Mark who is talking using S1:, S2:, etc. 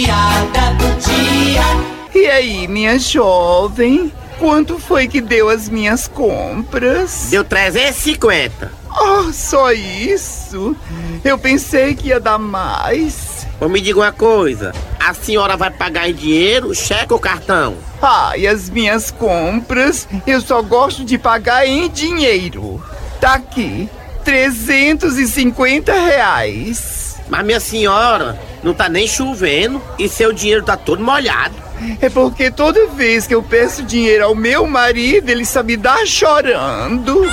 S1: piada do dia.
S2: E aí, minha jovem? Quanto foi que deu as minhas compras?
S3: Deu 350.
S2: Oh, só isso? Eu pensei que ia dar mais.
S3: Ô, me diga uma coisa. A senhora vai pagar em dinheiro, cheque ou cartão?
S2: Ah, e as minhas compras eu só gosto de pagar em dinheiro. Tá aqui, 350 reais.
S3: Mas minha senhora, não tá nem chovendo e seu dinheiro tá todo molhado.
S2: É porque toda vez que eu peço dinheiro ao meu marido, ele sabe dar chorando.